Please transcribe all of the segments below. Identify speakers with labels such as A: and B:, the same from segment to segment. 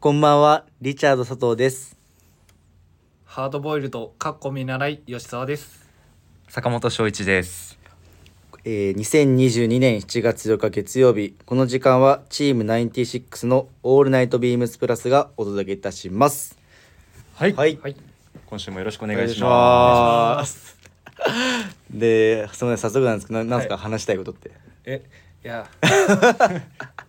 A: こんばんは、リチャード佐藤です。
B: ハードボイルドかっこ見習い吉沢です。
C: 坂本翔一です。
A: えー、2022年7月4日月曜日、この時間はチーム96のオールナイトビームスプラスがお届けいたします。
C: はい
A: はい。
B: はい。
C: 今週もよろしくお
A: お
C: 願いしま
A: す。
C: す。
A: で、すみ ません、早速なんですけど、ななんですか、話したいことって。
B: え、い や、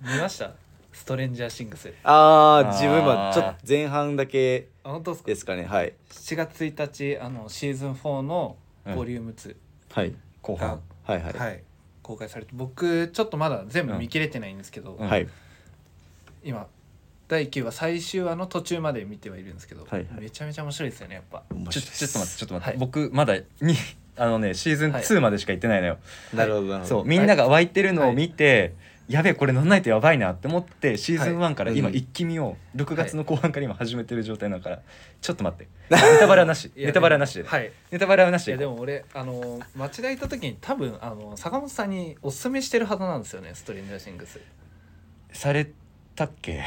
B: 見ました。ストレンジャーシングス。
A: あ
C: あ
A: あ、
C: ー
A: 自分はちょっと前半だけ
B: あ本当ですか
A: で。すかね、はい。
B: 7月1日あのシーズン4のボリューム2
A: はい。
C: 後
B: が
C: 半、、
A: はいはい。
B: はい、公開されて、僕ちょっとまだ全部見切れてないんですけど、
C: うん
A: はい。
B: 今第9話最終話の途中まで見てはいるんですけど、
A: はいはい
B: めちゃめちゃ面白いですよねやっぱ。
A: 面
C: ちょ
A: 白い
C: ちょっと待ってちょっと待って、
B: はい
C: 僕まだにあのねシーズン
B: はい
C: 2までしか行ってないのよ。
A: なるほど、なるほど。
C: そうみんなが湧いてるのを見て、やべえこれ乗んないとやばいなって思ってシーズン1から
A: はい
C: 今
A: うん
C: 一気見を6
B: はい
C: 月の後半から今始めてる状態だからちょっと待ってネタバレはなし
B: いや
C: ネタバレはなしで、
B: はい。
C: ネタバレはなし
B: い
C: で
B: やでも俺あの町田行った時に多分あの坂本さんにおすすめしてるはずなんですよねストレンジャーシングス
C: されたっけ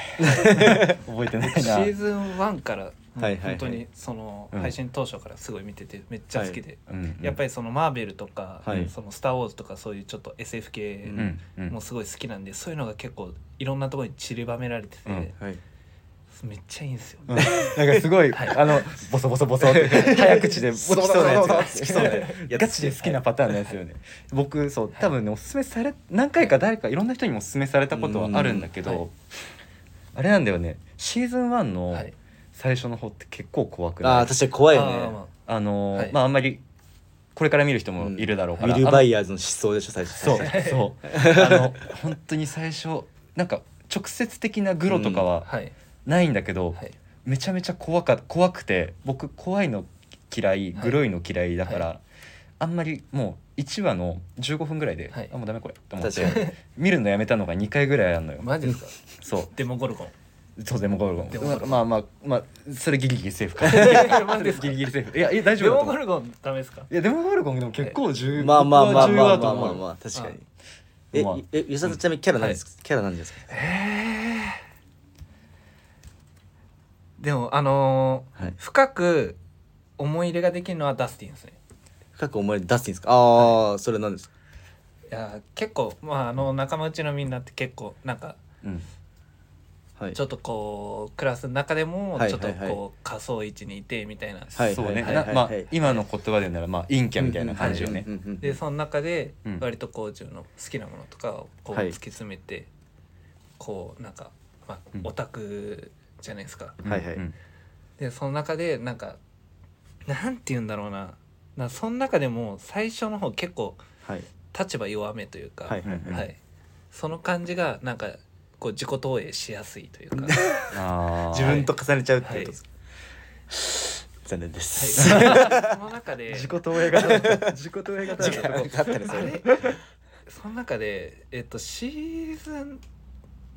C: 覚えてないな
B: シーズン1から
A: はいはいはい
B: 本当にその
C: うん
B: 配信当初からすごい見ててめっちゃ好きで、
C: うんうん
B: やっぱりそのマーベルとか、
C: はい
B: そのスター・ウォーズとかそういうちょっと SF 系
C: うんうん
B: もすごい好きなんで、そういうのが結構いろんなところに散りばめられてて、
C: うん
A: はい。
B: めっちゃいいんですよ、
C: うんなんかすごい、
B: はい
C: あのボソボソボソって早口で
A: そう
C: 好きそうなやつが
A: そうそうそう好きそうなやつ
C: ガチで好きなパターンのやつよね僕そう多分ねおすすめされ何回か誰かいろんな人にもおすすめされたことはあるんだけど、
B: うんはい
C: あれなんだよねシーズン1の
B: はい
C: 最初の方って結構怖くない、
A: ああ、確かに怖いよ
B: あー
A: ね
B: ま。
C: あのー
B: はい
C: まああんまりこれから見る人もいるだろうから、
A: ビル・バイヤーズの思想でしょ、最初。
C: そうそうあの本当に最初なんか直接的なグロとか
B: あ
C: は
B: はい
C: ないんだけど、
B: はい
C: めちゃめちゃ怖か怖くて僕怖いの嫌い
B: はい
C: グロいの嫌いだから、
B: は
C: あんまりもう1話の15分ぐらいで、
B: はい
C: あもうダメこれと思って
A: 確か
C: 見るのやめたのが2回ぐらいあるのよ、
B: マジですか
C: そう
B: デモゴルゴン
C: そうでもゴルゴン
B: デモゴルゴン
C: まあまあまあそれギリギリセーフか
B: マジですか
C: ギリギリセーフいやいや
B: デ
C: 大丈夫
B: モゴ
C: だと思う
B: ルゴンダメですか
C: いやでもゴルゴンでも結構重
A: まあまあまあまあまあまあまあ、
C: あ
A: 確かに。
C: う
A: え
C: まあ、
A: え、吉田さんちなみにキャラ何ですか、キャラ何ですか
B: でもあのー
A: はい
B: 深く思い入れができるのはダスティンですね
A: 深く思い出すんですかああ、それなんですか
B: いや結構まああの仲間内のみんなって結構なんか
C: うん
A: はい
B: ちょっとこうクラスの中でも
A: はい
B: ちょっと
A: はいはい
B: こう仮想位置にいてみたいな、
A: はい
C: そうね
A: はい
C: な
A: はい
C: まあ
A: はい
C: 今の言葉で言うならまあ陰キャみたいな感じよね
A: うんうんうんうん
B: でその中で
C: うん
B: 割とこう自分の好きなものとかをこう
A: はい
B: 突き詰めて、こうなんか、まあ
C: うん、
B: オタクじゃないですか。
A: はいはい
C: うん
B: でその中でなんかなんて言うんだろうななその中でも最初の方結構
A: はい
B: 立場弱めというか、
A: はいはいはい
C: うん
B: はいその感じがなんかこう自己投影しやすいという か。
C: あー
A: 自分と重ねちゃうってことですか、残念です、
B: はい、その中で
C: 自己投影型 自己投影型
A: 時間
C: だ
A: が
C: と
A: かかったねそ
B: あ
A: れ
B: れその中でえっとシーズン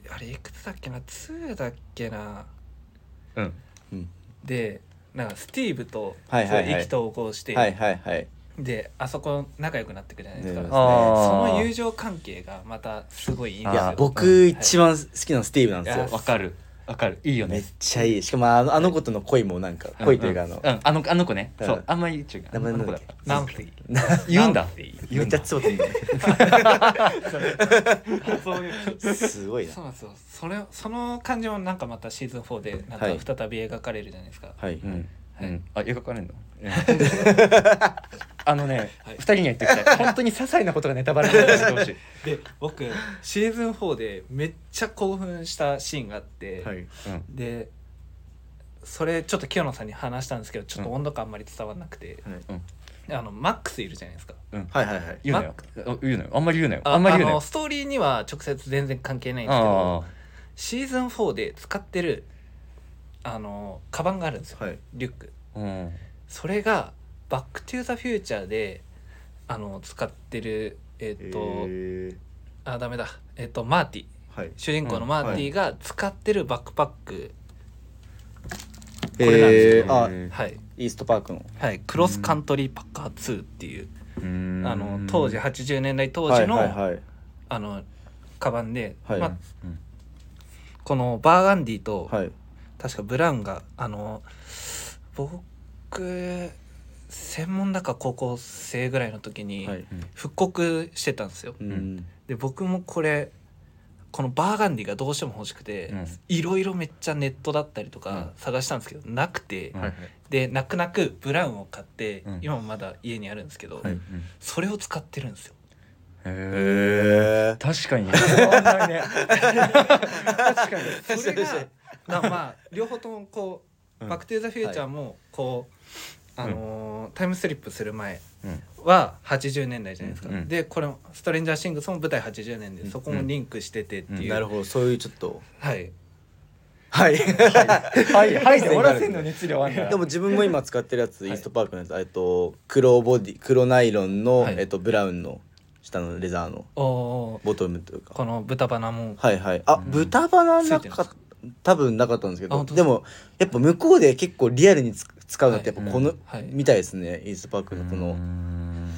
B: あれいくつだっけな2だっけな
C: うん
A: うん
B: でなんかスティーブと
A: はいはいはい
B: そう意気投合して、
A: はいはいはい
B: であそこ仲良くなってくじゃないですか、
A: ね
B: そ
C: あー
B: の友情関係がまたすごいいいんで
C: あ
B: す
A: い
B: よ
A: や
C: ー
A: 僕一番好きなのスティーブなんですよ
B: いや
C: わかるわかるいいよ
A: めっ
C: ね
A: ちゃいいしかもあのあの子との恋もなんか恋というかあの、
C: うんあのあの子ね
A: うん
C: そうあんまり違う
A: 名前なんだっけ
C: あ
B: ナ
C: の
B: ン
C: 子
B: フィー
C: だ言うんだ
B: ナンフィー
C: 言
A: め
C: う
A: っ
C: ん
A: ちゃ
C: だ
A: つぼってんだね
C: そういう
A: すごいな
B: そうなんですよそれその感じもなんかまたシーズン4でなんか
A: はい
B: 再び描かれるじゃないですか、
A: はい、
C: うん
B: は
C: う
B: い
C: んあ映画かれんの あのね
B: はい
C: 二人には言ってきたい本当に些細なことがネタバレになるしてほしい
B: で僕シーズン4でめっちゃ興奮したシーンがあって、
A: はい
C: うん
B: でそれちょっと清野さんに話したんですけどちょっと温度感あんまり伝わらなくて、あのマックスいるじゃないですか
A: はいはいはい
C: 言うなよあ言うなよあんまり言うなよ
B: あ
C: あんまり言
B: あ
C: うな
B: の
C: よ
B: ストーリーには直接全然関係ないんですけ
C: あ
B: どシーズン4で使ってるあのカバンがあるんですよ、
A: はい
B: リュック
C: あうん
B: それが「バック・トゥ・ザ・フューチャーで」あの使ってるえっ、
A: え
B: と、
A: ー、
B: あダメだえっ、とマーティ
A: はい
B: 主人公のマーティが使ってるバックパック、
A: え
C: これなんですよ
A: ー、あ
C: うん
B: はい
A: イーストパークの
B: はい、クロスカントリーパッカー2っていう、
C: うん
B: あの当時80年代当時の、
A: はいはいはい
B: あのカバンで、
A: はい
B: ま
C: うん
B: このバーガンディと、
A: はい
B: 確かブラウンがあの僕専門だか高校生ぐらいの時に
A: はい
B: 復刻してたんですよ、
A: うん
C: ん
B: で僕もこれこのバーガンディがどうしても欲しくて
C: うん
B: いろいろめっちゃネットだったりとか
C: う
B: 探したんですけどなくて、
C: はい
B: で泣く泣くブラウンを買って、
C: うん
B: 今もまだ家にあるんですけど、
C: はい
B: それを使ってるんです よ
C: へ
A: へ
C: え
A: え
C: 確かに変わんないね確かに
B: それがなまあ両方ともこう「
C: うん
B: バック・トゥ・ザ・フューチャー」もこう、あ
C: はい
B: のータイムスリップする前
C: うん
B: は80年代じゃないですか、
C: うん
B: でこれも「ストレンジャー・シングス」も舞台80年で
C: うん
B: そこもリンクしててっていう、
C: うん
A: なるほどそういうちょっと
B: はい
A: はい
C: はいはいで終わらせんの熱量あんだ
A: でも自分も今使ってるやつ、
C: い
A: イーストパークのやつえっと黒ボディ黒ナイロンの、
B: はい
A: えっとブラウンの下のレザーの
B: おー
A: ボトムというか
B: この豚鼻も
A: はいはいあ、
C: うん
A: 豚バナな
B: ついてるん
A: か
B: で
A: っ
B: すか
A: 多分なかったんですけ
B: あ
A: ど
B: 本当
A: で
B: ですか
A: もやっぱ向こうで結構リアルにつ使うのってやっぱこの、
C: は
B: は
C: い
B: い
A: みたいですねイーストパークのこ
C: う
A: の、
C: ん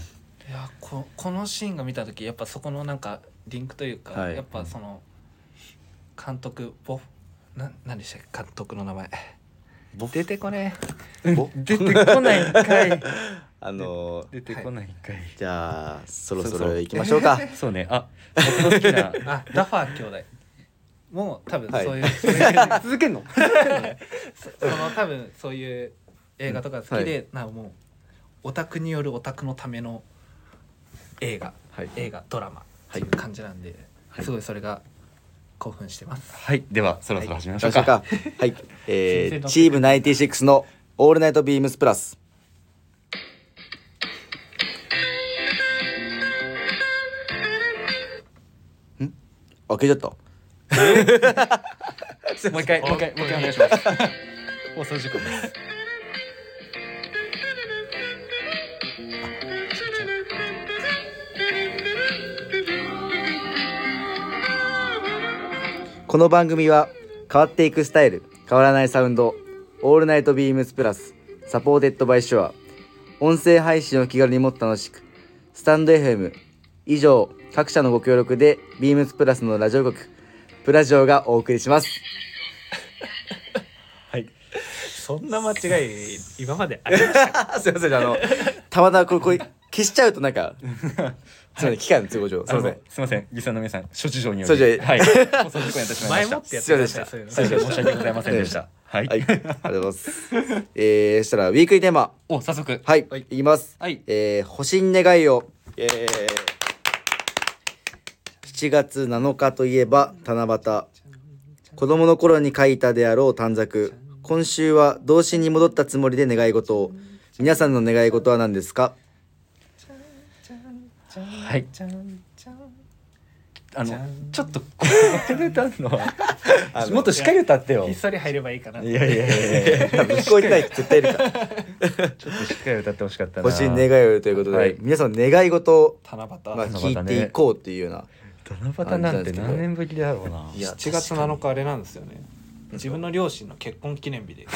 B: いやここのシーンが見た時やっぱそこのなんかリンクというか、
A: はい
B: やっぱその監督ボな何でしたっけ監督の名前出てこね
A: ぼ
C: 出てこないんかい
A: あのー
C: 出てこないんかい
A: じゃあそろそ
C: そうそ
A: ろ
C: う
A: 行きましょうか
C: そうねあ僕の好きな
B: えあダファー兄弟もう多分
A: はい
B: そういう,、そういう
C: 続けんの
B: その多分そういう映画とか好きで、なんかもうオタクによるオタクのための映画
A: はい
B: 映画ドラマっていう感じなんで、
A: はい
B: すごいそれが興奮してます。
C: はいではそろそろ始めまし
A: 行
C: ょ
A: きま
C: う
A: しょう
C: か
A: かはい、え
B: 新鮮
A: ー、
B: な
A: チーム96の「オールナイトビームスプラス」ん開けちゃった
C: もう一回もう一回もう一回お願いします放送事故です
A: この番組は変わっていくスタイル変わらないサウンド「オールナイトビームスプラス」サポーテッドバイシュア音声配信を気軽にもっと楽しくスタンド FM 以上各社のご協力でビームスプラスのラジオ局プラジオがお送りします
C: はい
B: そんな間違い今までありました
A: あ すいませんあのたまたまこれこれ消しちゃうとなん かすいません期間の都合上すいません
C: すみません、リスナーの皆さん、諸事情によ
A: 諸事
C: り、
A: 情
C: はい、放送事故になってしまい
B: 前
C: まし。
B: もったてやってください
A: す
B: そういうの
C: 大変申し訳ございませんでした。はい、
A: はい、ありがとうございます。えー、そしたら、ウィークリーテーマ。
C: お、早速、
A: はい、
B: はい
A: い、きます。
C: はい
A: えー、星に願いを。えー、7月7日といえば、七夕。子供の頃に書いたであろう短冊。今週は童心に戻ったつもりで願い事を。皆さんの願い事は何ですか
C: はい、あ
B: じゃ
C: の
B: ん、
C: ちょっと、ここで歌うのは、もっとしっかり歌ってよ。
B: ひっ
C: い
B: そり入ればいいかな
C: やいやいやいや、
A: 多分聞こえてない人絶対いるから。
C: ちょっとしっかり歌ってほしかったな。
A: 星に願いをということで、
C: はい
A: 皆さんの願い事を、
B: 七夕、
A: まあ、
C: 七夕ね
A: 聞いていこうっていうような。
C: 七夕なんて何年ぶりだろうな。
A: いや
B: 7月7日あれなんですよね自分の両親の結婚記念日で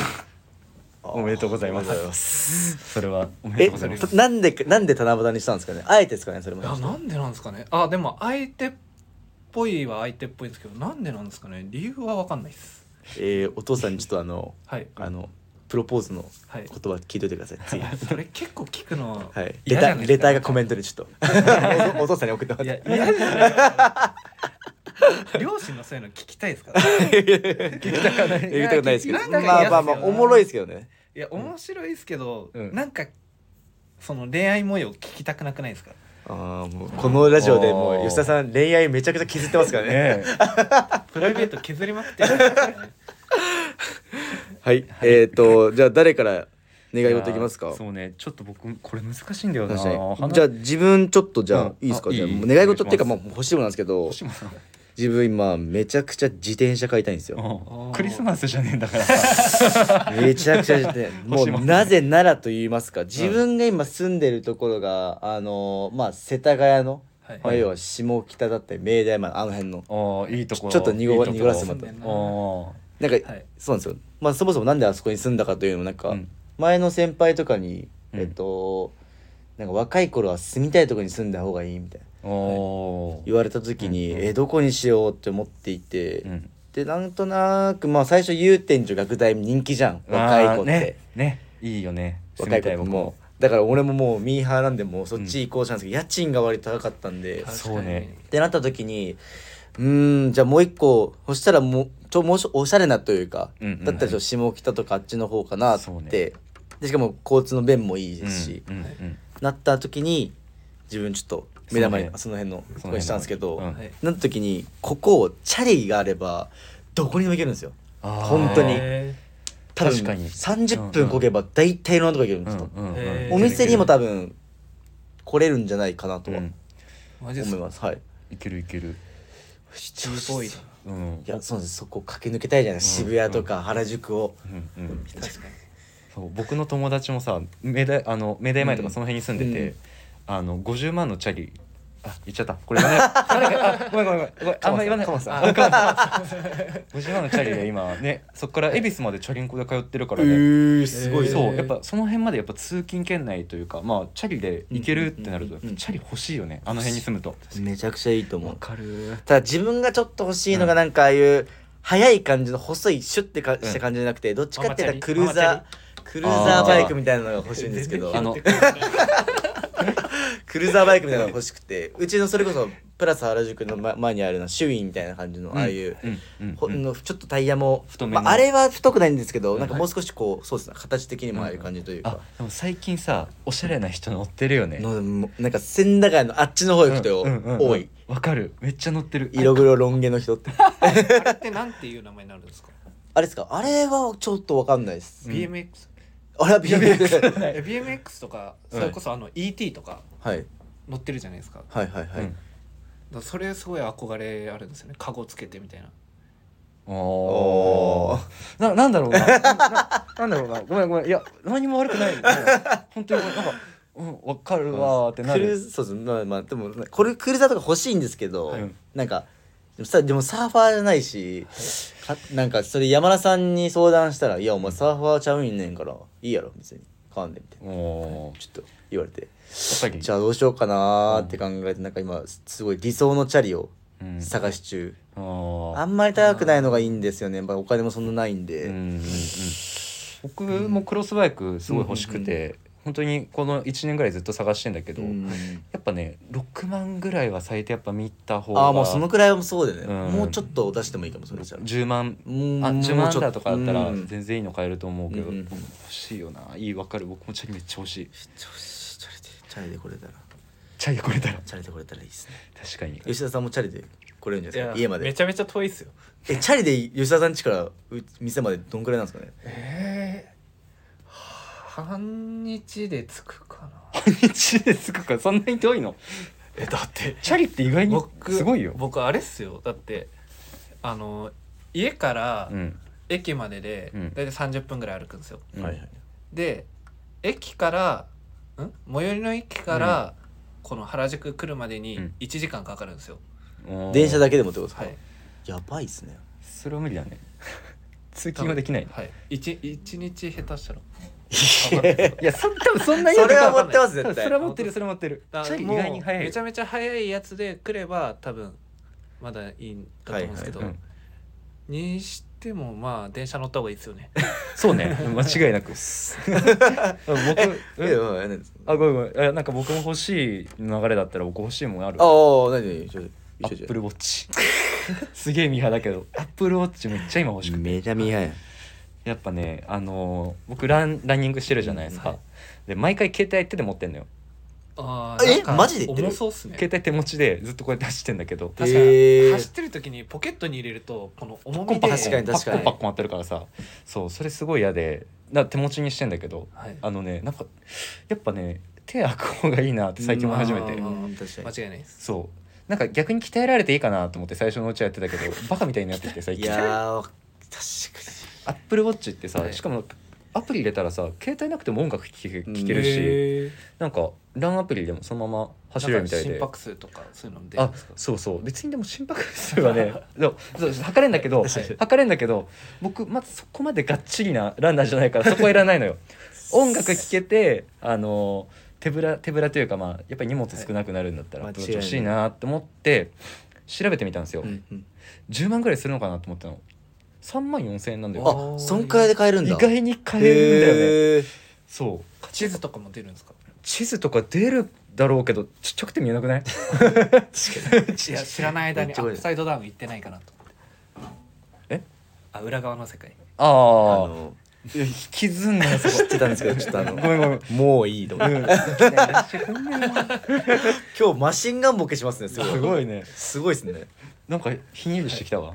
C: おめでとうございます
A: おめでとうございます。
C: それは、おめで
A: え
C: とうございます。
A: たなんでなんで七夕にしたんですかねあえてですかねそれも
B: あなんでなんですかねあでも相手っぽいは相手っぽいんですけどなんでなんですかね理由は分かんないです
A: えーお父さんにちょっとあの
B: はい
A: あのプロポーズの
B: は
A: 言
B: い
A: 葉聞いといてください次は
B: それ結構聞くの
A: いレ
B: 嫌
A: タ
B: じゃない
A: ーレターがコメ
B: ン
A: ントでちょっとおお父さんに送っても
B: い
A: ら
B: や
A: って
B: 嫌じゃない両親のそういうの聞きたいですからい
C: 聞きたくない
A: 言いたくないですけど
B: なんか嫌
A: まあまあまあ
B: ですよ
A: おもろいですけどね
B: や面白いですけど、
C: うん
B: なんかその恋愛模様聞きたくなくないですか
A: あーもうこのラジオでもう吉田さん恋愛めちゃくちゃ削ってますからね
C: ね
B: プライベート削りまくってるんですよね
A: はいえっとじゃあ誰から
C: え。
A: 願い事いきますか
C: そうね、ちょっと僕、これ難しいんだよな。
A: 確か
C: 話
A: にじゃあ、自分ちょっとじゃあ
C: うん
A: いいですか
C: あ
A: じゃあ
C: いい
A: もう願い事っていうか
C: お
A: も
C: 願いうし
A: 欲しいものなんですけど
C: 星野さん
A: 自分今めちゃくちゃ自転車買いたいんですよ
C: う
B: おー
C: ん クリスマスじゃねえん だからさ。
A: めちゃくちゃ ねもうなぜ奈良と言いますか自分が今住んでるところが、あのまあ世田谷の、
B: はい
A: まあ、要は下北だったり明大まであの辺の
C: ああ、いいとこ。
A: ちょっと濁
C: いいとこ
A: 濁らせてもらっ
B: 住んでん
A: た
B: な
C: あ
A: なんか、
B: はい
A: そうなんですよまあそもそもなんであそこに住んだかというのもなんか、
C: あ、うん
A: 前の先輩とかに、
C: うん
A: えっとなんか若い頃は住みたいところに住んだ方がいいみたいな
C: おー
A: 言われた時に、
C: うん
A: えどこにしようって思っていて、
C: うん
A: でなんとなくまあ最初祐天寺学大人気じゃん若い子っ
C: あ
A: て、
C: ーねねいいよね
A: 若い子って
C: 住みた
A: もうだから俺ももうミーハーなんでもうそっち行こうしたんですけど、家賃が割と高かったんで、
B: 確かに
C: そうね
A: ってなった時にうーんじゃあもう一個そしたらもうちょもうちょおしゃれなというか、
C: うんうん
A: だったらちょっと下北とかあっちの方かなって、
C: そうね
A: でしかも交通の便もいい
C: 僕も
A: ですし、
C: うんうんうん
A: なった時に自分ちょっと目玉に
C: そうね
A: その辺の
C: その
A: 声
C: 辺の
A: したんですけど、
C: うん
B: はい
A: なった時にここをチャリがあればどこにでも行けるんですよ
C: あー
A: 本当に
B: へ
A: 多分
C: 確かに
A: 30分こけば大体いろんなとこ行けるん
C: う
A: ですよ、
C: んうんうん
B: へー
A: お店にも
C: い
A: 多分来れるんじゃないかなと
C: ける
A: は
C: うん
B: ーマジです
A: 思い
B: か
A: ます、はい
C: いけるいける
B: チーボーイだ
C: うん
A: いやそうですそこ駆け抜けたいじゃない、渋谷とか原宿を、
C: うんうん
B: 確かに
C: そう僕の友達もさ明大あの明大前とかその辺に住んでて、
A: うん
C: あの50万のチャリあ言っちゃったこれ言わ ないあごめんごめんごめんごめんあんま言わない
A: かまさん
C: あかまさん50万のチャリで今ねそっから恵比寿までチャリンコで通ってるからね、
A: ー
B: すごいね
C: そうやっぱその辺までやっぱ通勤圏内というかまあチャリで行けるってなると
A: うん
C: やっ
A: うんうんうん
C: ぱチャリ欲しいよねあの辺に住むと
A: めちゃくちゃいいと思う
C: かる
A: ただ自分がちょっと欲しいのがなんかああいう速い感じの細いシュッてかした感じじゃなくてどっちかっていうとクルー
B: ママチャ
A: ザー
B: リ
A: クルーザーバイクみたいなのが欲しいんですけど
C: あの
A: クルーザーバイクみたいなのが欲しくてうちのそれこそプラス原宿のま前にあるの周囲みたいな感じのああいう、
C: うんうん
A: ほ
C: うん
A: のちょっとタイヤも、
C: 太め
A: ま
C: の
A: あ、あれは太くないんですけど、
C: うん
A: なんかもう少しこうそうですね形的にもああいう感じという
C: あ
A: か、
C: でも最近さおしゃれな人乗ってるよね
A: のもうなんか千駄ヶ谷のあっちの方行くとよ、
C: うんうんうん
A: 多い
C: わかるめっちゃ乗ってる
A: 色黒ロン毛の人って
B: あれってなんていう名前になるんですか
A: あれですかあれはちょっとわかんないです、
C: うん
B: BMX
A: あれはビビる
C: はい
B: え BMX とかそれこそあの ET とか
A: はい
B: 乗ってるじゃないですかだか
A: はいはいはい、
C: うん
B: らそれすごい憧れあるんですよねカゴつけてみたいな
C: おーななんだろう なななんだろうなごめんごめんいや何も悪くない本当になんかうんわかるわーってな
A: クルー
C: る
A: ズそうですまあまあでもこれクルーザーとか欲しいんですけど、
C: はい
A: なんかでもさでもサーファーじゃないし、かなんかそれ山田さんに相談したら「いやお前サーファーちゃうんやねんからいいやろ別に変わんねん」みたいな
C: おー
A: ちょっと言われて
C: やっぱり
A: じゃあどうしようかなーって考えてなんか今すごい理想のチャリを
C: うん
A: 探し中、
C: あ
A: あ
C: ー
A: んまり高くないのがいいんですよねやっぱお金もそんなないんで、
C: うんうんうん僕もクロスバイクすごい欲しくて本当にこの1年ぐらいずっと探してんだけど
A: うん
C: やっぱね6万ぐらいは最低やっぱ見た方が
A: ああもうそのくらいもそうだよね、
C: うん
A: もうちょっと出してもいいかもそれじゃあ
C: 10万
A: もう
C: あ10
A: もう
C: 万
A: ちょ
C: だとかだったら
A: うん
C: 全然いいの買えると思うけど
A: うんうん
C: 欲しいよないいわかる僕もチャリめっちゃ欲しい
A: ちょしチャリでチャリで来れたら
C: チャリこれたら
A: チャリで来れたらいいですね
C: 確かに
A: 吉田さんもチャリで来れるんじゃないですか家ま
B: め
A: で
B: ちゃめちゃ遠いっすよ
A: えチャリで吉田さん家からう店までどんくらいなんですかね
B: ええ半日で着くかな
C: 半日で着くかそんなに遠いの
B: えだって
C: チャリって意外に
B: 僕
C: すごいよ
B: 僕あれっすよだってあの家から
C: うん
B: 駅までで
C: うん
B: 大体30分ぐらい歩くんですよ、
C: うん
B: で駅からん最寄りの駅から、この原宿来るまで
C: う
B: に
C: ん
B: 1時間かかるんですよ、
C: おー
A: 電車だけでもってことですか、
B: はい
A: やばいっすね
C: それは無理だね 通勤はできない
B: はい一一日下手したら
C: いやそ多分そんなに
A: それは
B: も
A: 持ってます
C: 多分
A: 絶対
C: それは持ってるそれは持ってるチ
B: だ
C: ャリ意外に早い
B: もう
C: よ
B: めちゃめちゃ早いやつで来れば多分まだいいんだと思うんですけど、
A: は
C: うん
B: にしてもまあ電車乗った方がいいですよね
C: そうね間違い なく僕
A: え
C: うん
A: うん何ですか
C: あごめんごめんいやなんか僕も欲しい流れだったら僕欲しいもんある
A: ああ何一緒一
C: ア
A: 緒
C: ッ
A: じ
C: プルウォッチ すげえミーハーだけどアップルウォッチめっちゃ今欲し
A: ゃ
C: く
A: ん
C: て
A: めちゃ見やん
C: やっぱねあのー僕ランランニングしてるじゃないです
B: う
C: か、
B: んは
C: で毎回携帯手で持ってんのよ
B: あ
A: え
B: なんか
A: マジで言ってる
B: 重そうっすね
C: 携帯手持ちでずっとこうやって走ってんだけど
A: え
B: 確かに、
A: へー
B: 走ってる時にポケットに入れるとこの重みで
A: コンパ確かに確かに
C: パッコンパッコンやってるからさそうそれすごい嫌でだ手持ちにしてんだけど
B: はい
C: あのねなんかやっぱね手開く方がいいなって最近も初めて
B: うんまあ
A: うん確かに
B: 間違いないです
C: そうなんか逆に鍛えられていいかなと思って最初のうちはやってたけどバカみたいになってきて最
A: い
C: 近
A: やー確か
C: アップルウォッチってさ、
B: はい
C: しかもアプリ入れたらさ携帯なくても音楽聴け
A: うん
C: 聴けるし
B: へー
C: なんか LAN アプリでもそのまま走れるみたい
B: なんか
C: で
B: 心拍数とかそういうのも出るん
C: あ
B: ですか
C: そうそう別にでも心拍数 はねそうそう測れんだけど
B: 確かに
C: 測れんだけど僕まずそこまでがっちりなランナーじゃないからそこはいらない のよ音楽聴けてあの手ぶら手ぶらというかまあやっぱり荷物少なくなるんだったら、
A: はい
C: アプローチ欲しいなって思って調べてみたんですよ、
A: にうんうん
C: 10万ぐらいするのかなと思ったの3万4千円なんだよ
A: あそんくらいで買えるん
C: 意
A: だ
C: 外に買えるんだよね
A: へー
C: そう
B: 地図とかも出るんですか
C: 地図とか出るだろうけどちっちゃくて見えな くない
B: いや知らない間に
A: めっ
B: ア
A: ちゃ多い
B: ップサイドダウン行ってないかなと思って
C: え
B: あ裏側の世界
A: あ
C: ああ
A: の
C: 引きずんなよそ
A: 知
C: こ
A: ってたんですけどちょっとあの
C: ごめんごめん
A: もういいと思って
C: う
A: 今日マシンガンボケしますね す
C: ん、す
A: ごい
C: ごいね
A: すごいですね
C: なんかひんやりしてきたわ、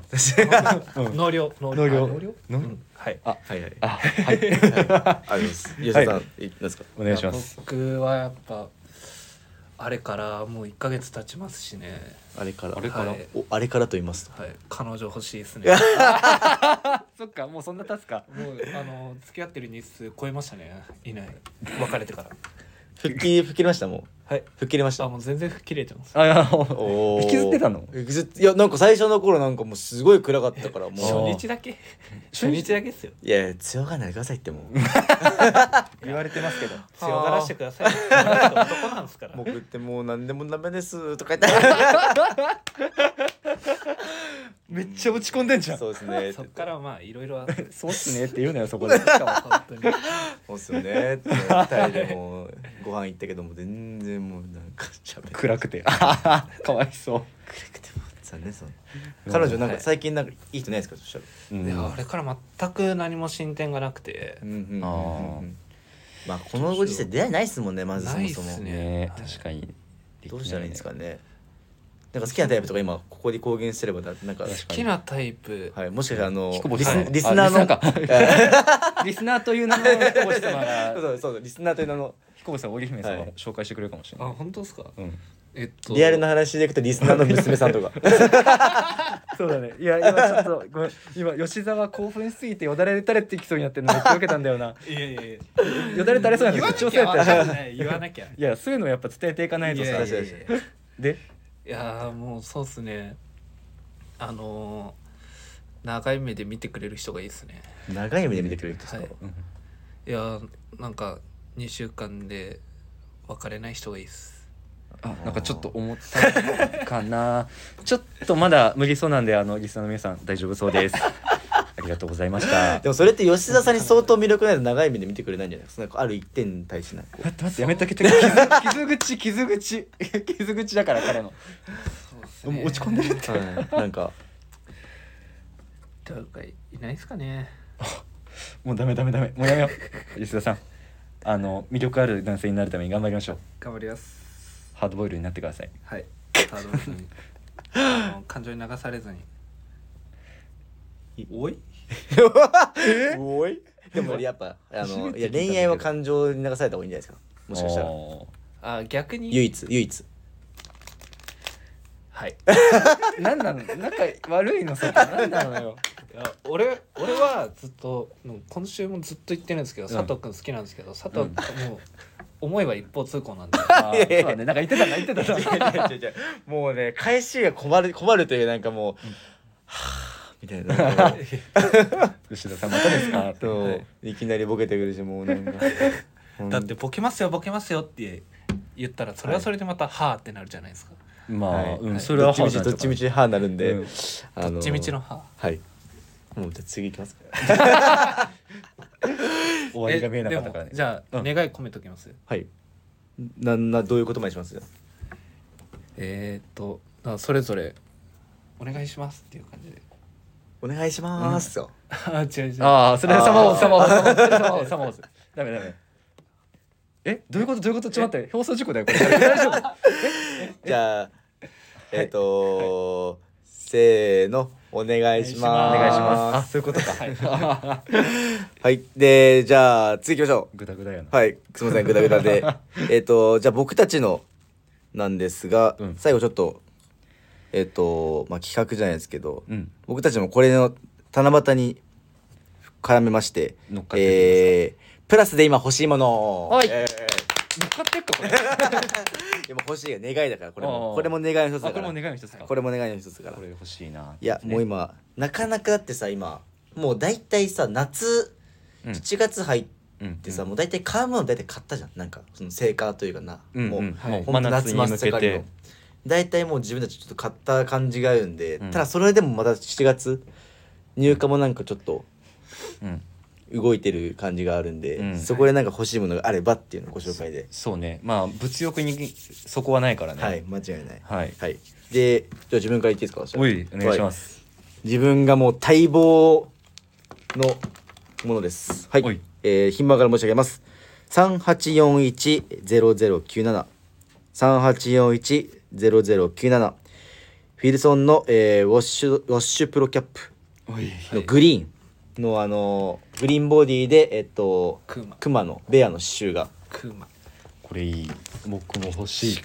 C: うん
B: 農業農
C: 農業
B: あ農業
C: 農業
B: うんはい
A: はいはい
C: あはい
A: あります吉田さんえ何ですか
C: お願いします
B: 僕はやっぱあれからもう一ヶ月経ちますしね
A: あれから
C: あれから
B: はい
A: おあれからと言いますと
B: はい彼女欲しいですね
C: そっかもうそんな経つか
B: もうあの付き合ってる日数超えましたねいない別れてから
A: 復帰吹っ切れましたもう
B: はい
A: 吹っ切れました
B: あもう全然切れてます
C: あいや
A: おー
C: 引きずってたの
A: 引きずっいやなんか最初の頃なんかもうすごい暗かったから
B: 初
A: もう
B: 日だけ
C: 初
B: 初
C: 日
B: 日だけですよ
A: いやいや強がらないでくださいって も
C: 言われてますけど
B: 強がらしてください 男なんですから
A: う僕ってもう何でもダメですとか言って
C: めっちゃ落ち込んでんじゃん
A: そうですね
B: そっからまあいろいろあって
C: そうっすねって言うなよそこで
B: 本当に
A: そうっすよねって二人でもうご飯行ったけども全然もうなんか喋 って
C: 暗くてかわいそ
A: 暗くても残念そう彼女なんか最近なんかいい人ないですかそしたら
C: う、うん
B: いやあれから全く何も進展がなくて
A: うんうんうんうん
C: あ
A: うんまあこのご時世出会いないっすもんねまずそもそ
B: ないっす
A: も
B: ね
C: ね確かに
A: どうしたらいいんですかねなんか好きなタイプとか今ここで公言すればななんか
C: 確
B: 好きなタイプ、
A: はいもしかしたらあの
C: 彦星
A: リ
C: さん
A: スリスナーの
C: あリスナーか リスナーという名前の彦星様
A: そう
C: が
A: そうそうリスナーという名の
C: 彦星さん織姫様
A: は
C: が
A: い
C: 紹介してくれるかもしれな
B: あ
C: い、
B: 本当ですか
C: うん、
B: えっと
A: リアルな話でいくとリスナーの娘さんとか
C: そうだねいや今ちょっとごめん今吉沢興奮しすぎてよだれ垂れてきそうになってるのめっちゃ受けたんだよない
B: やいやいや
C: よだれ垂れそうなん
B: 言
C: だ
B: わ
C: け
B: な
C: ど
B: きゃ
C: やった
B: わかんない言わなきゃ
C: いやそういうのやっぱ伝えていかないとさ
B: いやいやいや
C: で
B: いやーもうそうっすねあのー長い目で見てくれる人がいいっすね
A: 長い目で見てくれる人ですか、
B: はいいやーなんか2週間で別れない人がいいっす
C: あなんかちょっと思ったかな ちょっとまだ無理そうなんであのリスナーの皆さん大丈夫そう ですありがとうございました
A: でもそれって吉田さんに相当魅力ないと長い目で見てくれないんじゃないですかなんかある一点に対して なんか
C: 待って待ってやめてあげて 傷傷口傷口傷口だから彼のもう落ち込んでるって
A: はいなんか
B: 誰かいないっすかね
C: もうダメダメダメもうやめよう吉田さんあの魅力ある男性になるために頑張りましょう
B: 頑張ります
C: ハードボイルになってください
B: はいただ別にあの感情に流されずにおい
A: おいでもやっぱ あ
C: 初め
A: の
C: て
A: い
C: 聞
A: や
C: いたんだけど
A: 恋愛は感情に流された方がいいんじゃないですかもしかした
C: あ
A: ら
C: ー
B: あ逆に
A: 唯一唯 一
B: はい
C: なんなの仲悪いのそこなんなの よ
B: いや俺俺はずっともう今週もずっと言ってるんですけど、
C: うん
B: 佐藤君好きなんですけど佐藤、
C: うん
B: もう思いは一方通行なんで
C: あーそうだねなんか言ってたな言ってたな
A: もうね返しが困る困るというなんかもう、 はぁみたいな
C: 吉田さんまたですか って
A: そう、い、きなりボケてくるしもうなんか
B: だってボケますよボケますよって言ったらそれはそれでまた「はあ」ってなるじゃないですか、
C: まあ、
A: はい
C: うん、それ
A: ど
C: は
A: っちみちどっちみち歯になるんで、
C: うん
A: あ
B: どっちみちの「は
A: はいもうじゃあ次行きますか
C: 終
B: あ」
C: わりが見えなかったからね
B: えでもじゃあ、
C: うん
B: 願い込めときます
A: はいなんなどういう言葉にします
B: えー、っとだからそれぞれ「お願いします」っていう感じで
A: お願いしますよ、
B: あ違う違う
C: ああそれはサマオ
A: あー
C: サマオサマオそれサマオサマオズダメダメえどういうことどういうことちょっと待って放送事故だよこれ大丈夫
A: じゃあえっ、とせーのお願いし
C: お
A: ます
C: 願いし ますあ
A: す
C: そういうことか
A: はいでじゃあ次行きましょ
C: グダグダやな
A: うはいすみませんグダグダ でえっとじゃあ僕たちのなんですが、
C: うん
A: 最後ちょっとえっ、とまあ企画じゃないですけど、
C: うん
A: 僕たちもこれの七夕に絡めまして
C: 乗っかって
A: えープラスで今欲しいもの
C: はい
A: え
C: 乗っかってっかこれ
A: ー今欲しいが願いだからこれ
C: あ
A: も
C: ー
A: これも願いの一つ
C: あ
A: だ
C: こ
A: か
C: れ
A: ら
C: も願いの一つか
A: これも願いの一つだから
C: これ欲しいない
A: やもう今なかなかだってさ今もう大体さ夏
C: うん
A: 7月入っ
C: うん
A: てさ、もう大体買うもの大体買ったじゃんなんかその成果というかな、
C: うん
A: もう、
C: うん
A: もう
C: はい
A: ほんと
C: 真夏に向けて
A: 真っ盛りの大体もう自分たちちょっと買った感じがあるんで、
C: うん
A: ただそれでもまた7月入荷もなんかちょっと
C: うん、
A: 動いてる感じがあるんで、
C: うん
A: そこでなんか欲しいものがあればっていうのをご紹介で、
C: そうねまあ物欲にそこはないからね
A: はい、間違いない
C: はい
A: はいでじゃあ自分から言っていいですか私は
C: おいお願いしま
A: は
C: す
A: 自分がもう待望のものですはい
C: おい
A: えー、品番から申し上げます3841-0097 3841-0097フィルソンの、えーウォッシュウォッシュプロキャップ
C: おい
A: のグリーンの、あのーグリーンボディでえっと
B: クーマ
A: クマのベアの刺繍が
B: クーマ
C: これいい僕も欲しい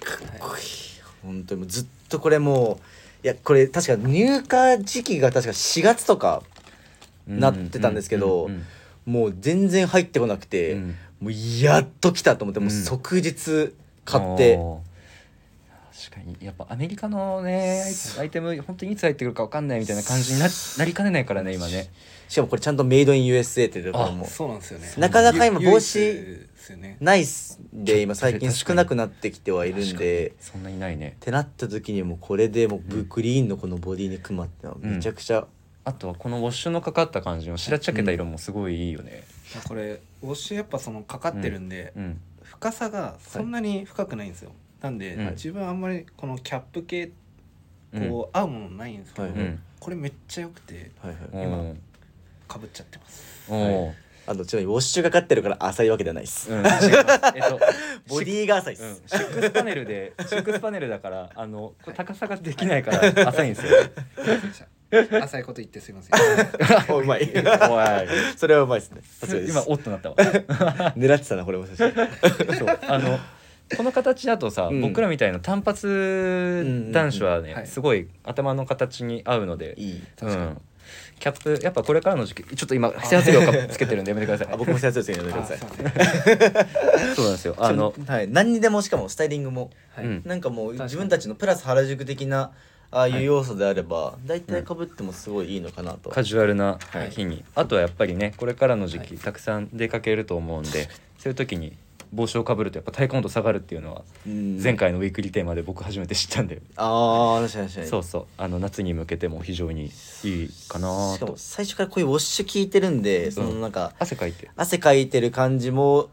A: 本当にもうずっとこれもういやこれ確か入荷時期が確か4月とかなってたんですけど
C: うんうん
A: もう全然入ってこなくて、
C: うん
A: もうやっと来たと思ってもう即日買って、
C: おー確かにやっぱアメリカのねアイテムアイテム本当にいつ入ってくるか分かんないみたいな感じにななりかねないからね今ね
A: しかもこれちゃんとメイドイン USA ってところも
B: そうなんですよね
A: なかなか今
B: 唯
A: 帽
B: 一
A: 子
B: ですよね
A: ナイスで今最近
C: 確か
A: 少
C: に
A: なくなってきてはいるんで
C: そんなにないね
A: ってなった時にもうこれでもうググリーンのこのボディにクマってのはめちゃくちゃ、
C: あとはこのウォッシュのかかった感じの白っちゃけた色もすごいいいよね
B: まあこれ帽子やっぱそのかかってるんで、
C: うん
B: 深さがそんなに深くないんですよ、なんで、
C: うん
B: 自分あんまりこのキャップ系
C: うん
B: こう合うものないんですけど、
A: はい
C: うん
B: これめっちゃ良くて
A: はいはい
C: お
B: 今
C: ー
B: かぶっちゃって ます
C: おー
A: あとちなみにウォッシュがかかってるから浅いわけではないです、
C: うん違います えっと
A: ボディが浅いです、
C: うんシックスパネルでシックスパネルだからあのこれ高さができな いから浅いんですよ。
B: 浅いこと言ってすいません
A: あうまい
C: お
A: それはうまいですねさすが
C: い
A: です
C: 今おっとなったわ。
A: 狙ってたなこれも確かに
C: そうあのこの形だとさ、
A: うん
C: 僕らみたいな単発男子はね、
B: うんうんうんはい
C: すごい頭の形に合うので、
A: いい
C: うん、キャップやっぱこれからの時期ちょっと今整髪料かつけてるんでやめてくださ
A: あ
C: い。
A: 僕も先生ですねやめてくだ
B: あ
A: さい
B: すいませんはい
C: そうなんですよあの
A: ちょはい、何にでもしかもスタイリングも、
C: うん
A: なんかもう
B: かに
A: 自分たちのプラス原宿的なああい
C: は
A: う
C: い
A: 要素であれば、大体かぶってもすごいいいのかなと、
C: カジュアルな
A: はい
C: 日に、あとはやっぱりねこれからの時
B: は
C: 期、
B: い
C: たくさん出かけると思うんでそういう時に帽子をかぶるとやっぱ体感温度下がるっていうのは
A: うん
C: 前回のウィークリーテーマで僕初めて知ったんだよ、
A: ああ確かに確かに
C: そうそうあの夏に向けても非常にいいかな
A: しか
C: と
A: も最初からこういうウォッシュ効いてるんでそのなんか、
C: 汗かいて
A: 汗かいてる感じも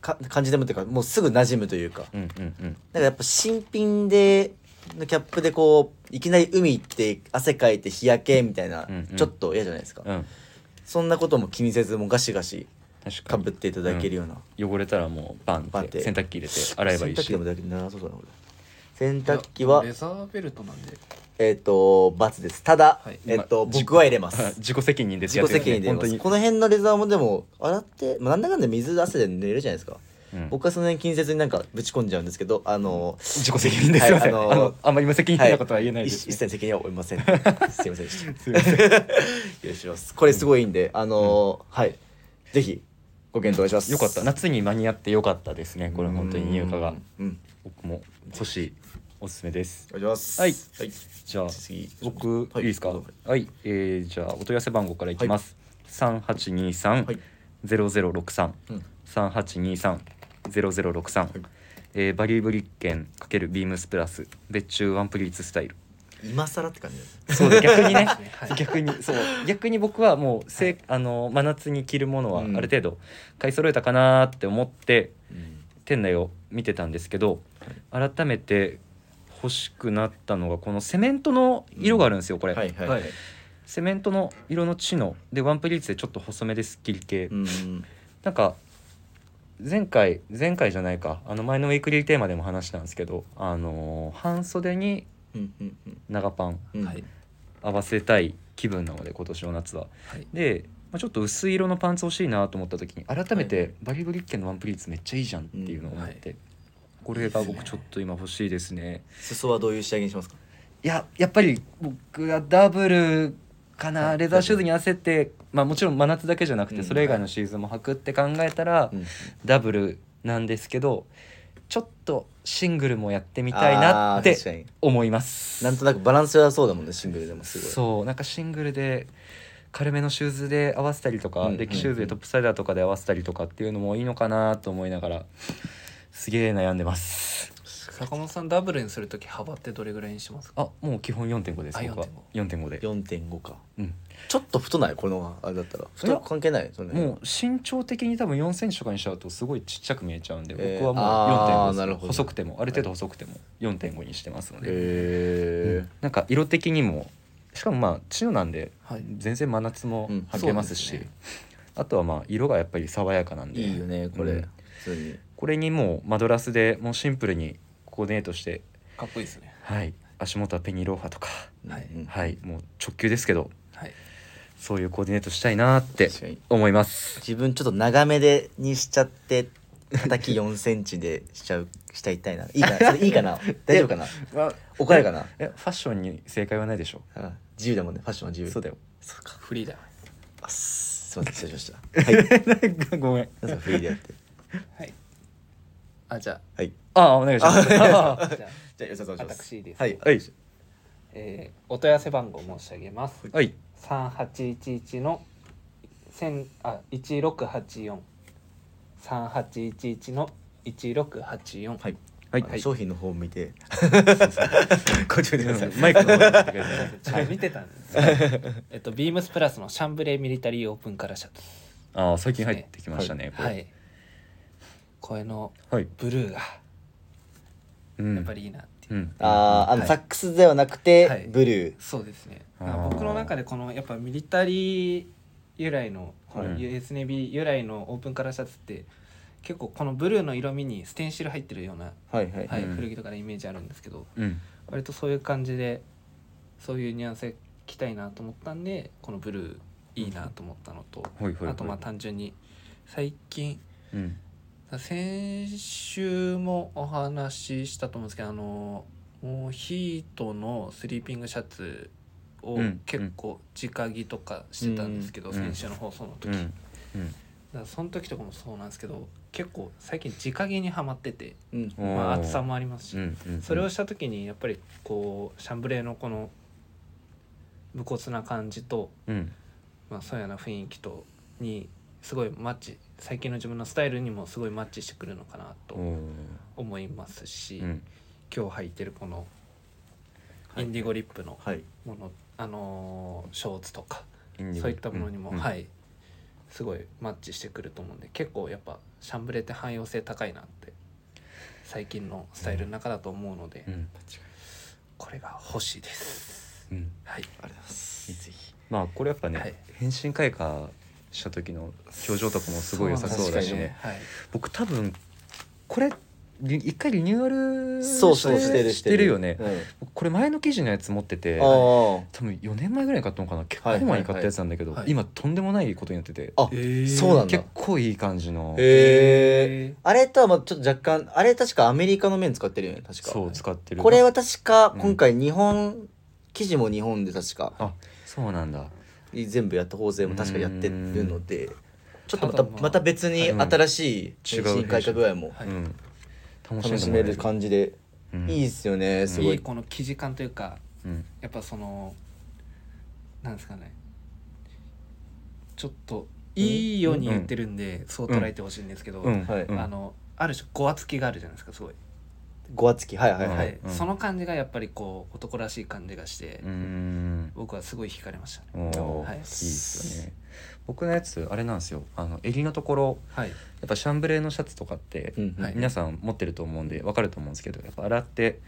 A: か感じでもっていうかもうすぐ馴染むというか
C: うんうんうん
A: なんかやっぱ新品でのキャップでこういきなり海行って汗かいて日焼けみたいな、
C: うんうん
A: ちょっと嫌じゃないですか、
C: うん
A: そんなことも気にせずもうガシガシ
C: 確か
A: か
C: に
A: ぶっていただけるような、
C: 汚れたらもうバン
A: バンっ
C: ってて洗濯機入れて洗えばいい
A: 洗濯機でも
C: し
A: だけ長そうだなこれ洗濯機はい
B: やレザーベルトなんで
A: えっ、と×ですただ、
B: はい
A: えっ、と
C: まあ
A: 僕は入れま
C: はい
A: す
C: 自己責任です
A: 自己責任で入れ
C: 本
A: ま
C: 当
A: す
C: に
A: この辺のレザーもでも洗って、まあ、なんだかんだ水汗で寝るじゃないですか、
C: うん
A: 僕はその辺気にせずになんかぶち込んじゃうんですけどあの
C: 自己責任ですよね
A: はい あ
C: あ
A: の
C: のあんまり無責任なことは言えない
A: い
C: で
A: 一
C: す
A: 一切
C: ね
A: 責任は負いませんすいませんでした
C: すいませ
A: よろしく
C: ん
A: お願いしますこれすごいいいんであのはいぜひご検討お願いします
C: よかった夏に間に合ってよかったですねこれ本当に入荷が
A: うんうん
C: 僕も欲しいおすすめです
A: お願いします
C: はい
A: はい
C: じゃあ
A: 次
C: 僕、
A: はい
C: い、いですか
A: どう
C: は
A: ぞ
C: い、えーじゃあお問い合わせ番号からいきます、
A: はい
C: 3823-0063
A: うん
C: 3823-0063、えーバリューブリッケン×ビームスプラス別注ワンプリーツスタイル
A: 今更って感じです
C: そう だ逆にね
B: はい
C: 逆にそう逆に僕はもうせい、あの真夏に着るものはあ
A: う
C: る
A: ん
C: 程度買い揃えたかなーって思って
A: うん
C: 店内を見てたんですけど改めて欲しくなったのがこのセメントの色があるんですよこれ、
A: はいはい
B: は
A: はいい
C: セメントの色のチノでワンプリーツでちょっと細めでスッキリ系、
A: うん
C: なんか前回前回じゃないかあの前のウィークリーテーマでも話したんですけどあのー半袖に
A: うんうんうん
C: 長パン
A: うん
B: はい
C: 合わせたい気分なので今年の夏は、
B: はい
C: で、まあ、ちょっと薄い色のパンツ欲しいなと思った時に改め
A: はい
C: てバリブリッケンのワンプリーツめっちゃいいじゃんっていうのを思って、これが僕ちょっと今欲しいですね
A: 裾はどういう仕上げにしますか
C: いややっぱり僕はダブルかな、
A: はい
C: レザーシューズに合わせて、まあ、もちろん真夏だけじゃなくて、
A: うん
C: それ以外のシーズンも履くって考えたら、
A: うん
C: ダブルなんですけどちょっとシングルもやってみたいなっ
A: あー確か
C: て
A: に
C: 思います
A: なんとなくバランス良さそうだもんねシングルでもすごい
C: そうなんかシングルで軽めのシューズで合わせたりとか、
A: うん
C: デッキシューズ
A: う
C: で
A: ん
C: トップサイダーとかで合わせたりとかっていうのもいいのかなと思いながらすげえ悩んでます
B: 坂本さんダブルにするとき幅ってどれぐらいにしますか
C: あもう基本4.5です
B: あ
C: 僕は4.5で、
A: 4.5か
C: うん、
A: ちょっと太ないこのあれだったら
C: い
A: 太
C: や
A: く関係ないその辺
C: もう身長的に多分4センチとかにしちゃうとすごいちっちゃく見えちゃうんで、
A: えー
C: 僕
A: あ
C: は
A: ー
C: もう
A: なる
C: 4.5
A: ほど
C: です細くてもある程度細くても4.5にしてますので、
A: へえ
C: なんか色的にもしかもまあ千代なんで
B: はい
C: 全然真夏も
A: うん
C: 履けますし、
B: そうですね
C: あとはまあ色がやっぱり爽やかなんで
A: いいよねこれ、
C: うん
A: 普通に
C: これにもうマドラスでもうシンプルにコーディネートして、
B: かっこいいですね
C: はい、足元はペニーローファーとか、
B: はい
A: うん
C: はい、もう直球ですけど
B: はい
C: そういうコーディネートしたいなーって
A: 確かに
C: 思います。
A: 自分ちょっと長めでにしちゃって叩き4センチでしちゃうしたいたいないいか なそれいいかな大丈夫かな怒られるかな
C: えファッションに正解はないでしょ
A: うん自由だもんねファッションは自由
C: そうだよ
B: そうかフリーだ
A: あすすいません失礼しま したはい
C: ごめん
A: 皆さんフリーでやって
B: はいあじゃ
A: はい
C: ああお願いします あ
B: あじゃあ
A: じゃあ吉田さんお願いします
B: 私です
A: はい
C: はい
B: えーお問い合わせ番号申し上げます
C: はい
B: 三八一一の千あ一六八四三八一一の一六八四
A: はい
C: はい
A: あの商品の方を見てご注意ください
C: マイクの方に行ってくだ さい
B: ちょっと見てたんです。えっとビームスプラスのシャンブレーミリタリーオープンカラーシャツ。
C: ああ最近入ってきましたねこ
B: は
C: れ
B: い。これの
C: はい
B: ブルーが
C: うん
B: やっぱりいいなっていう。
C: うん
A: あーあの、
B: はい
A: サックスではなくて、
B: はい
A: ブルー
B: そうですね。
C: あー
B: なんか僕の中でこのやっぱミリタリー由来のこ
C: は
B: の
C: い
B: US ネビー由来のオープンカラーシャツって結構このブルーの色味にステンシル入ってるような、
A: はいはい
B: はい
C: うん
B: 古着とかのイメージあるんですけど、
C: うん
B: 割とそういう感じでそういうニュアンスで着たいなと思ったんでこのブルーいいなと思ったのと。
C: ほいほいほい
B: あとまあ単純に最近
C: うん
B: 先週もお話ししたと思うんですけどあのもうヒートのスリーピングシャツを
C: うん
B: 結構直着とかしてたんですけど、
C: うん
B: 先週の放送の時、
C: うん
B: だ
C: うん
B: からその時とかもそうなんですけど結構最近直着にはまってて、
A: うん
C: おー
B: まあ、厚さもありますし、
C: うんうん
B: それをした時にやっぱりこうシャンブレーのこの無骨な感じと
C: うん
B: まあ、そうやな雰囲気とにすごいマッチ最近の自分のスタイルにもすごいマッチしてくるのかな
C: お
B: と
C: ー
B: 思いますし、
C: うん
B: 今日履いてるこの
A: はい
B: インディゴリップの
A: はい
B: もの、あのーショーツとか
C: インディゴ
B: そういったものにも、
C: うん
B: はいすごいマッチしてくると思うんで結構やっぱシャンブレって汎用性高いなって最近のスタイルの中だと思うので、
C: うん
B: これが欲しいです。
C: うん
B: は
A: あ
B: い、
A: りがとうございますぜひ
C: まあこれやっぱ
B: はい
C: ね変身開花した時の表情とかもすごい良さそうだし
B: そうなん
C: ね
B: ですよねはい
C: 僕多分これリ一回リニューアル
A: そうそうしてる
C: してるよね
A: うん
C: 僕これ前の記事のやつ持ってて
A: あー
C: 多分4年前ぐらいに買ったのかな結構
A: はいはいは
C: 前
A: い
C: に買ったやつなんだけど、
B: はい
C: 今とんでもないことになってて
A: あ、そうなんだ
C: 結構いい感じの、
A: へえあれとはまあちょっと若干あれ確かアメリカの面使ってるよね確か
C: そう使ってる
A: これは確か今回日本、記事も日本で確か
C: あそうなんだ
A: 全部やった法制も確かやってるのでちょっとまた
B: ただまあ
A: また別に新しい
C: うん
A: 変身開花具合も
B: はい
C: うん楽し
A: 楽
C: んで
A: し
C: もらえ
A: める感じで
C: うん
A: いいですよねすご
B: いい
A: い
B: この生地感というか
C: うん
B: やっぱそのなんですかねちょっといいように言ってるんで、そう捉えてほしいんですけど、
C: うん
A: はい
C: うん
B: あのある種ごわつきがあるじゃないですかすごい、
A: ごわつきはいはい
C: うん
A: は
B: はいい
C: うん
B: その感じがやっぱりこう男らしい感じがして、
C: うん
B: 僕はすごい惹かれましたね
C: おー
B: はい
C: いいですよね僕のやつあれなんですよあの襟のところ
B: はい
C: やっぱシャンブレーのシャツとかって、
A: うん
B: はい
C: 皆さん持ってると思うんでわかると思うんですけどやっぱ洗って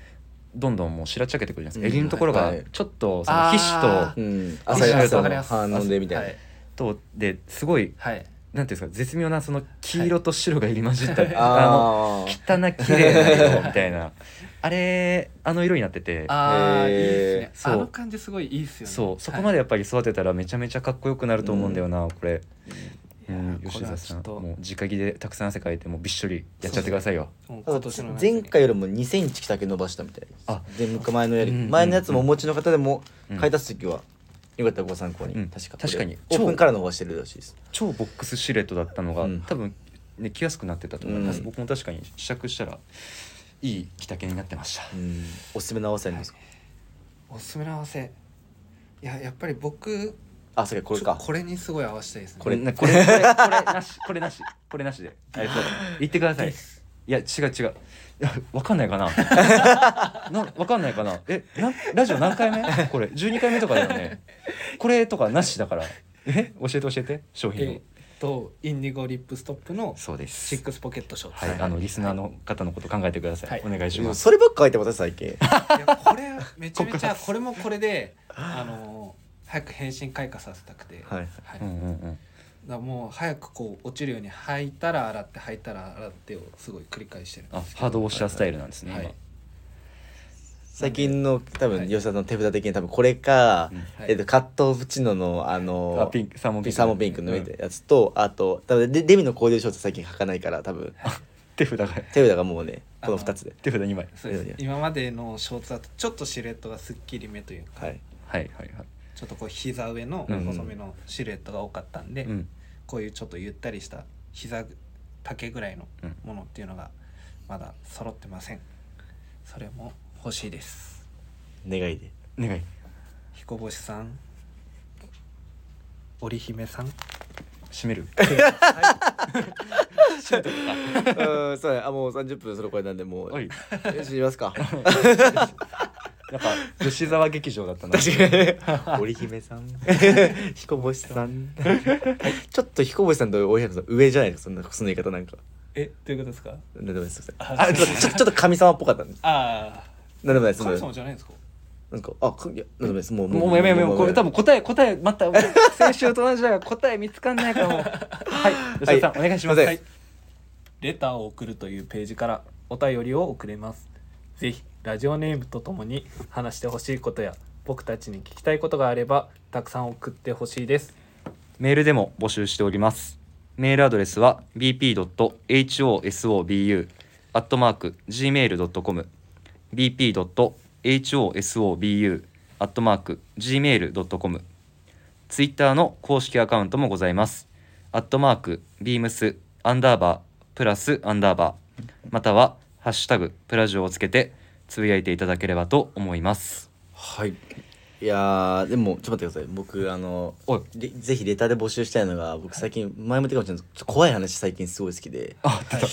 C: どんどんもう白っちゃけてくるじゃないですか、
A: うん
C: 襟のところ
A: は
C: が
A: いはい
C: ちょっとその
B: あー
C: 皮脂
A: うん
C: とわか
A: 朝
C: ります
A: 朝
C: わかり
A: の
C: ます
A: 反応でみたいな
C: とですごい
B: はい、はい、
C: なんていうんですか絶妙なその黄色と白が入り混 じった、あ
A: あー
C: の汚い綺麗な色みたいなあれあの色になってて
B: あ
A: へ
B: あ、
A: ー
B: いいです
C: そ
B: ね
C: う
B: あの感じすごいいいですよね
C: そうそこまでやっぱり育てたらめちゃめちゃかっこよくなると思うんだよな、これ、う
B: いやー
C: ん、
B: こ
C: 吉
B: れは
C: 田
B: ち
C: さ
B: ょ
C: ん
B: っと
C: もう直着でたくさん汗かいてもうびっしょりやっちゃってくださいよ
B: はいもう
A: た
B: 今
A: だ
B: 年の夏に
A: 前回よりも2センチ着丈伸ばしたみたいです
C: あ
A: で向か前のやり
C: うん
A: 前のやつもお持ちの方でも
C: うん
A: 買い足す時はよかったらご参考に
C: うん
A: 確か
C: 確かに
A: これオープンからの方がしてるらしいです
C: 超ボックスシルエットだったのが、
A: うん
C: 多分ね着やすくなってたと思います、
A: うん
C: 僕も確かに試着したらいい着丈になってました、
A: うんおすすめの合わせありますか
B: おすすめの合わせいややっぱり僕
A: あそれこれ
B: ち
A: か
B: ょこれにすごい合わせたいですね
C: これなこれこれこれなしこれなしこれなしであれそう言ってくださいいや違う違ういやわかんないかな なわかんないかなえなラジオ何回目これ12回目とかだよねこれとかなしだからえ教えて教えて商品を
B: えっとインディゴリップストップの
C: そうです
B: シックスポケットショーツ、
C: はい、あのリスナーの方のこと考えてください、
B: はい
C: お願いします
A: そればっか書いてます最 近
B: いやこれめちゃめちゃこれもこれであの早く返信開花させたくて、
A: はい
B: はい
C: うんうんうん
B: だからもう早くこう落ちるように履いたら洗って履いたら洗ってをすごい繰り返してるん
C: あ
B: ですけど
C: ハードウォッシャースタイルなんですね、
B: はい
C: 今
A: 最近の多
B: は
A: 分
B: い
A: 吉田さんの手札的に多分これか、
B: はい
A: えっとカットプチノのあの
C: あピンクサーモンピンク
A: サーモンピンクのやつと、あと多分レレミの交流ショーツ最近書かないから多分
C: 手札が
A: 手札がもうねこの2つで
C: 手札2枚
B: そうです
A: いやいや
B: 今までのショーツだとちょっとシルエットがすっきりめというか、
A: はい
C: はいはいはい
B: ちょっとこう膝上の
C: うん
B: 細めのシルエットが多かったんで、
C: うん
B: こういうちょっとゆったりした膝丈ぐらいの
C: うん
B: ものっていうのがまだ揃ってませんそれも欲しいです
A: 願いで
C: 願い
B: 彦星さん織姫さん
C: 閉める
A: うんそうやあもう30分それこれなんでもう
C: おい
A: よしいますか
C: なんか吉沢劇場だったな
A: 確か に織姫さん 彦星さんちょっと彦星さんと織姫さん上じゃないですかそんなその言い方なんか
B: えどういうことですか
A: なんでもないですあちょちょちょっと神様っぽかったんです
B: ああ
A: なんでもないです
B: 神様じゃないんですか
A: なんかあかいやなんでもないですもう
C: もうやめようやめようこれ多分答え答えま た俺先週と同じだから答え見つかんないからもうはい吉田さん、お願いします
A: すいません
C: はい
B: レターを送るというページからお便りを送れます。ぜひラジオネームとともに話してほしいことや僕たちに聞きたいことがあればたくさん送ってほしいです。
C: メールでも募集しておりますメールアドレスは bp.hosobu.gmail.com bp.hosobu.gmail.com ツイッターの公式アカウントもございますアットマークビームスアンダーバープラスアンダーバーまたはハッシュタグプラジオをつけてつぶやいていただければと思います
A: はいいやーでもちょっと待ってください僕あの
C: おい
A: でぜひレターで募集したいのが僕最近前も言ったかもしれないですけどちょっと怖い話最近すごい好きで
C: あ出た、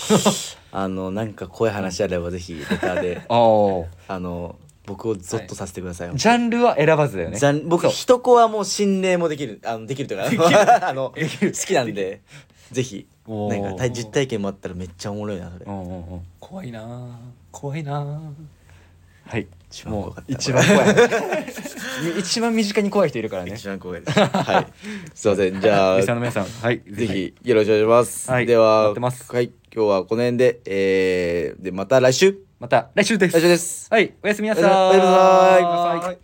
A: あのなんか怖い話あればぜひレターで
C: あー
A: あの僕をゾッとさせてください、
C: ジャンルは選ばずだよね
A: ジャン僕
C: そう
A: 人子はもう心霊もできるあのできるというか あの好きなんでぜひ
C: お
A: な
C: ー
A: んか体実体験もあったらめっちゃおもろいなそれ
C: うんうんうん
B: 怖いなあ怖いなあ
C: はい
A: 一番怖
C: も
A: か
C: う
A: った
C: 一番怖い 一番身近に怖い人いるからねリ
A: 一
C: ス
A: 番怖いですはいすいませんじゃ あ
C: ナーの皆さんはい
A: ぜひよろしくお願いします、
C: はい
A: で
C: 待
A: は
C: ってます
A: はい今日はこの辺でえー、でまた来週
C: また来週です
A: 来週です
C: はいおやすみなさ
A: おやすみなさい
C: おやすみなさい